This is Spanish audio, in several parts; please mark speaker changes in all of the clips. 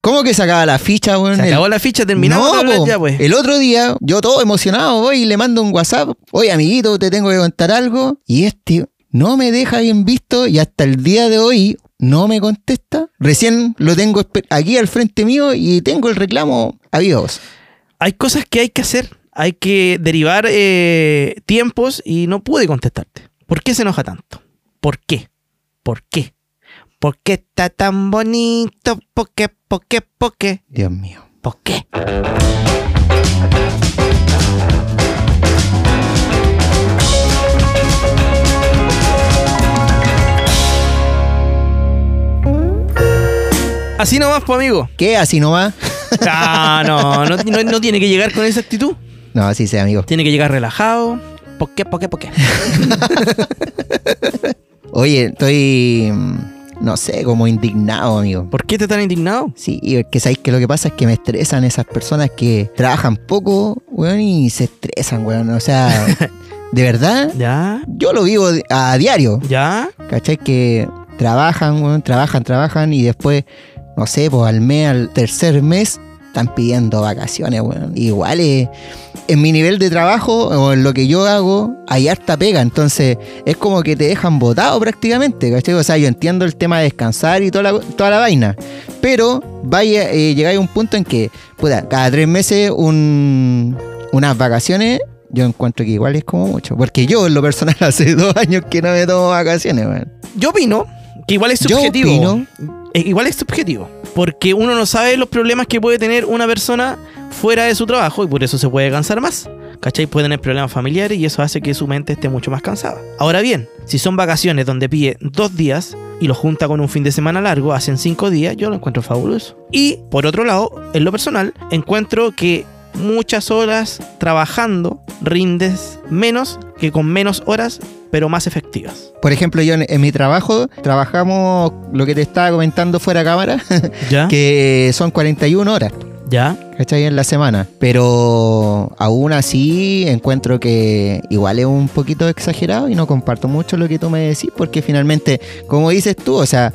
Speaker 1: ¿Cómo que se acaba la ficha, weón?
Speaker 2: Se
Speaker 1: El-
Speaker 2: acabó la ficha, terminamos
Speaker 1: No,
Speaker 2: de hablar
Speaker 1: po.
Speaker 2: ya, pues.
Speaker 1: El otro día, yo todo emocionado, voy y le mando un WhatsApp. Oye, amiguito, te tengo que contar algo. Y este no me deja bien visto y hasta el día de hoy no me contesta. Recién lo tengo espe- aquí al frente mío y tengo el reclamo. Adiós.
Speaker 2: Hay cosas que hay que hacer. Hay que derivar eh, tiempos y no pude contestarte. ¿Por qué se enoja tanto? ¿Por qué? ¿Por qué? ¿Por qué está tan bonito? ¿Por qué? ¿Por qué? ¿Por qué?
Speaker 1: Dios mío.
Speaker 2: ¿Por qué? Así nomás, pues, amigo.
Speaker 1: ¿Qué? ¿Así nomás?
Speaker 2: Ah, no, no, no, no tiene que llegar con esa actitud.
Speaker 1: No, así sea, amigo.
Speaker 2: Tiene que llegar relajado. ¿Por qué? ¿Por qué? ¿Por qué?
Speaker 1: Oye, estoy, mm, no sé, como indignado, amigo.
Speaker 2: ¿Por qué te tan indignado?
Speaker 1: Sí, y es que sabéis que lo que pasa es que me estresan esas personas que trabajan poco, weón, y se estresan, weón. O sea, de verdad,
Speaker 2: Ya,
Speaker 1: yo lo vivo di- a diario,
Speaker 2: ya.
Speaker 1: ¿cachai? Que trabajan, weón, trabajan, trabajan, y después, no sé, pues al mes, al tercer mes, están pidiendo vacaciones, weón. Igual eh, En mi nivel de trabajo, o en lo que yo hago, hay harta pega, entonces es como que te dejan botado prácticamente, ¿cachai? O sea, yo entiendo el tema de descansar y toda la, toda la vaina, pero vaya, eh, llegáis a un punto en que, puta, cada tres meses un- unas vacaciones, yo encuentro que igual es como mucho. Porque yo, en lo personal, hace dos años que no me tomo vacaciones, weón.
Speaker 2: Yo opino que igual es
Speaker 1: Yo
Speaker 2: subjetivo.
Speaker 1: opino-
Speaker 2: Eh, igual es subjetivo. Porque uno no sabe los problemas que puede tener una persona fuera de su trabajo y por eso se puede cansar más. ¿Cachai? Puede tener problemas familiares y eso hace que su mente esté mucho más cansada. Ahora bien, si son vacaciones donde pide dos días y lo junta con un fin de semana largo, hacen cinco días, yo lo encuentro fabuloso. Y por otro lado, en lo personal, encuentro que muchas horas trabajando rindes menos que con menos horas, pero más efectivas.
Speaker 1: Por ejemplo, yo en, en mi trabajo, trabajamos lo que te estaba comentando fuera cámara,
Speaker 2: ¿Ya?
Speaker 1: que son 41 horas.
Speaker 2: ¿Ya?
Speaker 1: ¿Cachai? En la semana. Pero aún así encuentro que igual es un poquito exagerado y no comparto mucho lo que tú me decís porque finalmente, como dices tú, o sea,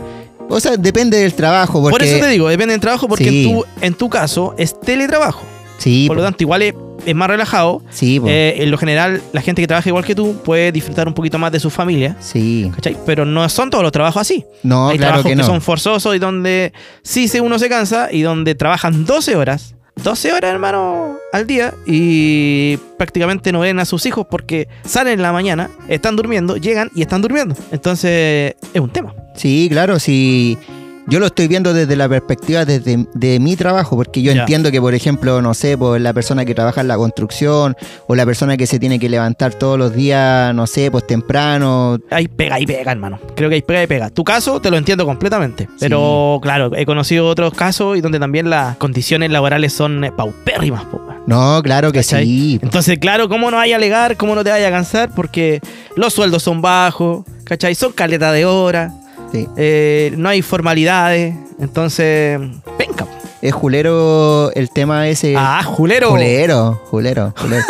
Speaker 1: o sea depende del trabajo. Porque,
Speaker 2: Por eso te digo, depende del trabajo, porque
Speaker 1: Sí.
Speaker 2: en, tu, en tu caso es teletrabajo.
Speaker 1: Sí,
Speaker 2: por lo
Speaker 1: po,
Speaker 2: tanto, igual es, es más relajado.
Speaker 1: sí, po,
Speaker 2: Eh, en lo general, la gente que trabaja igual que tú puede disfrutar un poquito más de su familia,
Speaker 1: sí.
Speaker 2: ¿cachai? Pero no son todos los trabajos así.
Speaker 1: No,
Speaker 2: Hay
Speaker 1: claro
Speaker 2: trabajos
Speaker 1: que
Speaker 2: que,
Speaker 1: no.
Speaker 2: son forzosos y donde sí se- uno se cansa y donde trabajan 12 horas. 12 horas, hermano, al día y prácticamente no ven a sus hijos porque salen en la mañana, están durmiendo, llegan y están durmiendo. Entonces, es un tema.
Speaker 1: Sí, claro, sí. Yo lo estoy viendo desde la perspectiva desde, de mi trabajo, porque yo
Speaker 2: Ya.
Speaker 1: entiendo que, por ejemplo, no sé, pues la persona que trabaja en la construcción o la persona que se tiene que levantar todos los días, no sé, pues temprano,
Speaker 2: Hay pega y pega, hermano. Creo que hay pega y pega. Tu caso te lo entiendo completamente. Pero claro, he conocido otros casos y donde también las condiciones laborales son eh, paupérrimas. po, weón.
Speaker 1: No, claro que
Speaker 2: ¿Cachai?
Speaker 1: sí.
Speaker 2: Entonces, claro, ¿cómo no hay alegar? ¿Cómo no te vaya a cansar? Porque los sueldos son bajos, ¿cachai? Son caleta de horas,
Speaker 1: Sí.
Speaker 2: eh, no hay formalidades. Entonces, venga.
Speaker 1: Es julero el tema ese.
Speaker 2: Ah, Julero.
Speaker 1: Julero, julero, julero.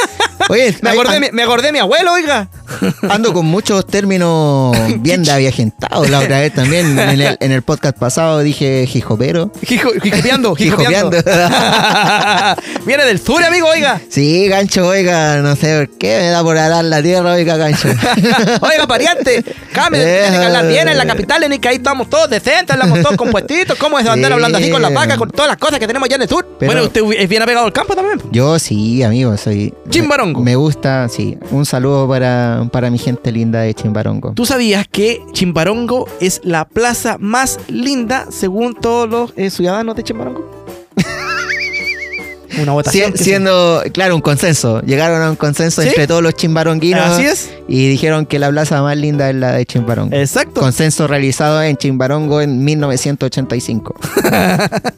Speaker 1: Oye,
Speaker 2: Me
Speaker 1: ay,
Speaker 2: acordé,
Speaker 1: an-
Speaker 2: me, me acordé de mi abuelo, oiga.
Speaker 1: ando con muchos términos bien aviagentados la otra vez también. En el, en el podcast pasado dije jijopero.
Speaker 2: Jijo- Jijopeando,
Speaker 1: Jijopeando.
Speaker 2: jijopeando. Viene del sur, amigo, oiga.
Speaker 1: Sí, gancho, oiga, no sé por qué me da por arar la tierra, oiga, gancho.
Speaker 2: Oiga, pariente, cambia, tiene que
Speaker 1: Eh.
Speaker 2: hablar bien en la capital, en que ahí estamos todos decentes, andamos todos compuestitos. ¿Cómo es andar
Speaker 1: Sí.
Speaker 2: hablando así con la vaca, con todas las cosas que tenemos allá en el sur?
Speaker 1: Pero-
Speaker 2: bueno, usted es bien apegado al campo también.
Speaker 1: Yo sí, amigo, soy.
Speaker 2: Chimbarongo.
Speaker 1: Me gusta, sí. Un saludo para, para mi gente linda de Chimbarongo.
Speaker 2: ¿Tú sabías que Chimbarongo es la plaza más linda según todos los eh, ciudadanos de Chimbarongo? Una votación.
Speaker 1: Sie-
Speaker 2: que se-
Speaker 1: siendo, claro, un consenso. Llegaron a un consenso
Speaker 2: ¿Sí?
Speaker 1: entre todos los chimbaronguinos.
Speaker 2: Así es.
Speaker 1: Y dijeron que la plaza más linda es la de Chimbarongo.
Speaker 2: Exacto.
Speaker 1: Consenso realizado en Chimbarongo en 1985.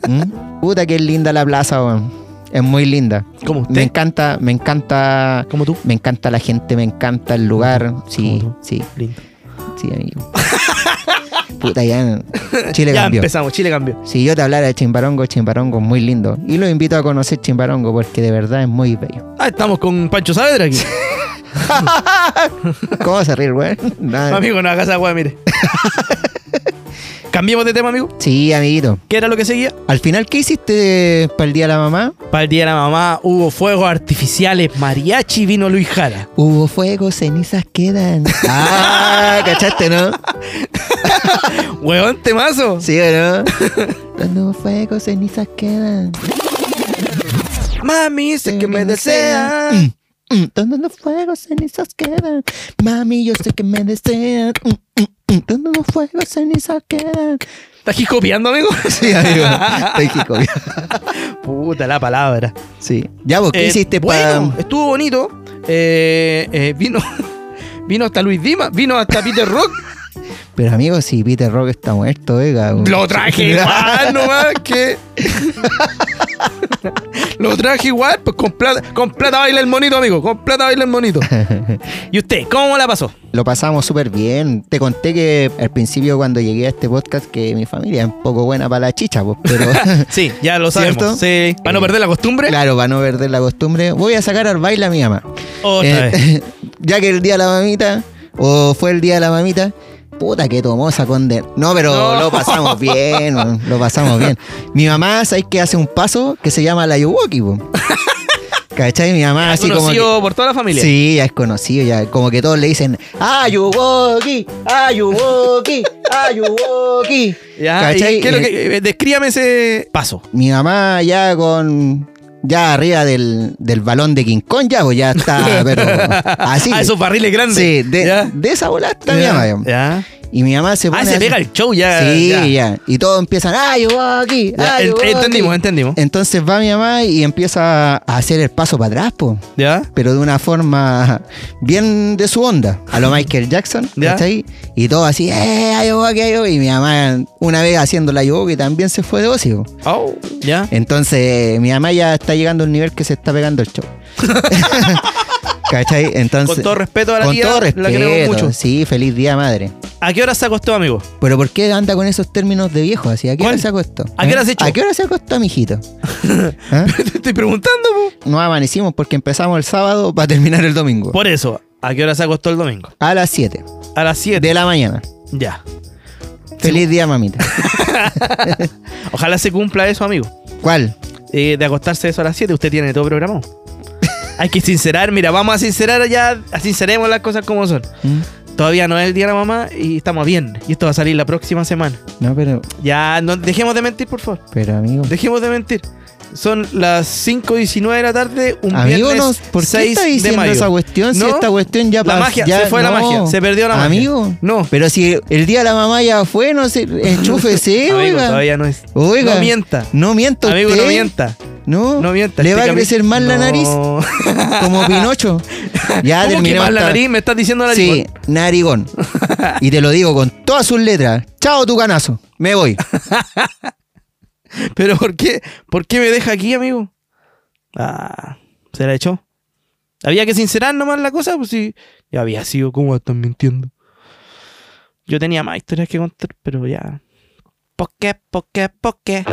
Speaker 1: ¿Mm? Puta que es linda la plaza, weón. Es muy linda.
Speaker 2: Como
Speaker 1: Me
Speaker 2: usted,
Speaker 1: encanta, me encanta,
Speaker 2: como tú.
Speaker 1: me encanta la gente, me encanta el lugar. Sí,
Speaker 2: Como
Speaker 1: sí,
Speaker 2: Lindo.
Speaker 1: sí, amigo. Puta, ya Chile
Speaker 2: Ya
Speaker 1: cambió.
Speaker 2: empezamos, Chile cambió.
Speaker 1: Si yo te hablara de Chimbarongo, Chimbarongo es muy lindo. Y los invito a conocer Chimbarongo porque de verdad es muy bello.
Speaker 2: Ah, estamos con Pancho Saavedra aquí.
Speaker 1: ¿Cómo vas a reír, güey? Nada.
Speaker 2: Amigo, no hagas agua, mire. Cambiemos de tema, amigo.
Speaker 1: Sí, amiguito.
Speaker 2: ¿Qué era lo que seguía?
Speaker 1: Al final, ¿qué hiciste para el Día de la Mamá?
Speaker 2: Para el Día de la Mamá hubo fuegos artificiales, mariachi, vino Luis Jara.
Speaker 1: Hubo fuego, cenizas quedan. ah, ¿cachaste, no?
Speaker 2: Huevón, temazo.
Speaker 1: Sí, ¿o no? Cuando hubo fuego, cenizas quedan.
Speaker 2: Mami, sé que me deseas.
Speaker 1: Mm, Donde no fuego, cenizas quedan. Mami, yo sé que me desean. Mm, mm, mm, Donde no fuego, cenizas quedan.
Speaker 2: ¿Estás aquí copiando, amigo?
Speaker 1: Sí, amigo. México.
Speaker 2: Puta la palabra.
Speaker 1: Sí. Ya, vos, ¿qué
Speaker 2: Eh,
Speaker 1: hiciste para.
Speaker 2: Bueno, estuvo bonito. Eh, eh, vino, vino hasta Luis Dima, vino hasta Peter Rock.
Speaker 1: Pero amigo, si Peter Rock está muerto, oiga.
Speaker 2: Lo traje igual, nomás que. Lo traje igual, pues con plata, con plata baila el monito, amigo. Con plata baila el monito. ¿Y usted, cómo la pasó?
Speaker 1: Lo pasamos súper bien. Te conté que al principio cuando llegué a este podcast que mi familia es un poco buena para la chicha, pues, pero
Speaker 2: Sí, ya lo
Speaker 1: ¿Cierto?
Speaker 2: sabemos. Sí. Para no perder la costumbre.
Speaker 1: claro, para no perder la costumbre, voy a sacar al baile a mi mamá.
Speaker 2: Otra
Speaker 1: Eh,
Speaker 2: vez.
Speaker 1: ya que el día de la mamita, o fue el día de la mamita, puta que tomó esa condena. No, pero
Speaker 2: No.
Speaker 1: lo pasamos bien, weón, lo pasamos bien. Mi mamá, ¿sabes que hace un paso que se llama la Yuwoki, po? ¿Cachai? Mi mamá así como. que-
Speaker 2: Conocido por toda la familia.
Speaker 1: Sí, ya es conocido, ya como que todos le dicen Ayuwoki, Ayuwoki, Ayuwoki.
Speaker 2: Ya, ¿y
Speaker 1: ¿Cachai?
Speaker 2: qué es lo
Speaker 1: Eh,
Speaker 2: que- eh, descríbame ese paso.
Speaker 1: Mi mamá ya con ya arriba del, del balón de King Kong ya, pues ya está, pero así.
Speaker 2: Ah, esos barriles grandes.
Speaker 1: sí, de,
Speaker 2: ya.
Speaker 1: de esa bola está mi
Speaker 2: Ya,
Speaker 1: mamá. ya.
Speaker 2: ya.
Speaker 1: Y mi mamá se pone
Speaker 2: Ah, se
Speaker 1: así.
Speaker 2: pega el show ya.
Speaker 1: Sí, ya.
Speaker 2: ya.
Speaker 1: Y todos empiezan, Ayuwoki,
Speaker 2: Ya, ent-
Speaker 1: Ayuwoki.
Speaker 2: entendimos, entendimos.
Speaker 1: Entonces va mi mamá y empieza a hacer el paso para atrás, pues.
Speaker 2: Ya.
Speaker 1: pero de una forma bien de su onda, a lo Michael Jackson,
Speaker 2: Ya.
Speaker 1: ¿cachai? Y todo así, ¡eh, ayahuasca, ayahuasca! Y mi mamá, una vez haciendo la ayahuasca, también se fue de ocio.
Speaker 2: Oh, ya.
Speaker 1: Entonces, mi mamá ya está llegando al nivel que se está pegando el show. ¿Cachai? Entonces,
Speaker 2: Con todo respeto a la
Speaker 1: con
Speaker 2: tía,
Speaker 1: todo
Speaker 2: la queremos mucho.
Speaker 1: Sí, feliz día, madre.
Speaker 2: ¿A qué hora se acostó, amigo?
Speaker 1: Pero ¿por qué anda con esos términos de viejo? Así, ¿A qué hora
Speaker 2: ¿Cuál?
Speaker 1: se acostó? ¿Eh?
Speaker 2: ¿A qué hora se echó?
Speaker 1: ¿A qué hora se acostó, mijito? ¿Ah?
Speaker 2: Te estoy preguntando, po.
Speaker 1: No amanecimos porque empezamos el sábado para terminar el domingo.
Speaker 2: Por eso, ¿a qué hora se acostó el domingo?
Speaker 1: A las 7
Speaker 2: A las 7.
Speaker 1: de la mañana.
Speaker 2: Ya.
Speaker 1: Feliz día, mamita.
Speaker 2: Ojalá se cumpla eso, amigo.
Speaker 1: ¿Cuál?
Speaker 2: Eh, de acostarse eso a las 7, usted tiene todo programado. Hay que sincerar, mira, vamos a sincerar ya, sinceremos las cosas como son.
Speaker 1: ¿Mm?
Speaker 2: Todavía no es el día de la mamá y estamos a viernes. Y esto va a salir la próxima semana.
Speaker 1: No, pero,
Speaker 2: Ya, no, dejemos de mentir, por favor.
Speaker 1: pero amigo.
Speaker 2: Dejemos de mentir. Son las 5.19 de la tarde, un
Speaker 1: Amigo,
Speaker 2: viernes
Speaker 1: no, ¿por qué
Speaker 2: 6
Speaker 1: está
Speaker 2: de
Speaker 1: diciendo
Speaker 2: mayo.
Speaker 1: esa cuestión? Si
Speaker 2: No,
Speaker 1: esta cuestión ya
Speaker 2: La
Speaker 1: pas-
Speaker 2: magia,
Speaker 1: ya-
Speaker 2: se fue la
Speaker 1: no.
Speaker 2: magia, se perdió la magia.
Speaker 1: Amigo.
Speaker 2: No.
Speaker 1: Pero si el día de la mamá ya fue, no se enchúfese,
Speaker 2: Amigo,
Speaker 1: oiga.
Speaker 2: todavía no es.
Speaker 1: Oiga.
Speaker 2: No mienta.
Speaker 1: No mienta
Speaker 2: Amigo,
Speaker 1: usted.
Speaker 2: no mienta.
Speaker 1: No,
Speaker 2: No mienta.
Speaker 1: Le
Speaker 2: Este
Speaker 1: va a
Speaker 2: cami-
Speaker 1: crecer más la
Speaker 2: No.
Speaker 1: nariz, como Pinocho. Ya
Speaker 2: ¿Cómo que
Speaker 1: terminemos
Speaker 2: más la
Speaker 1: esta-
Speaker 2: nariz? Me estás diciendo la
Speaker 1: Sí,
Speaker 2: nariz.
Speaker 1: narigón. y te lo digo con todas sus letras. Chao, tu canazo. Me voy.
Speaker 2: Pero ¿por qué? ¿Por qué me deja aquí, amigo? Ah, se la echó. Había que sincerar nomás la cosa, pues sí. Ya había sido, ¿cómo están mintiendo? Yo tenía más historias que contar, pero ya. ¿Por qué? ¿Por qué? ¿Por qué?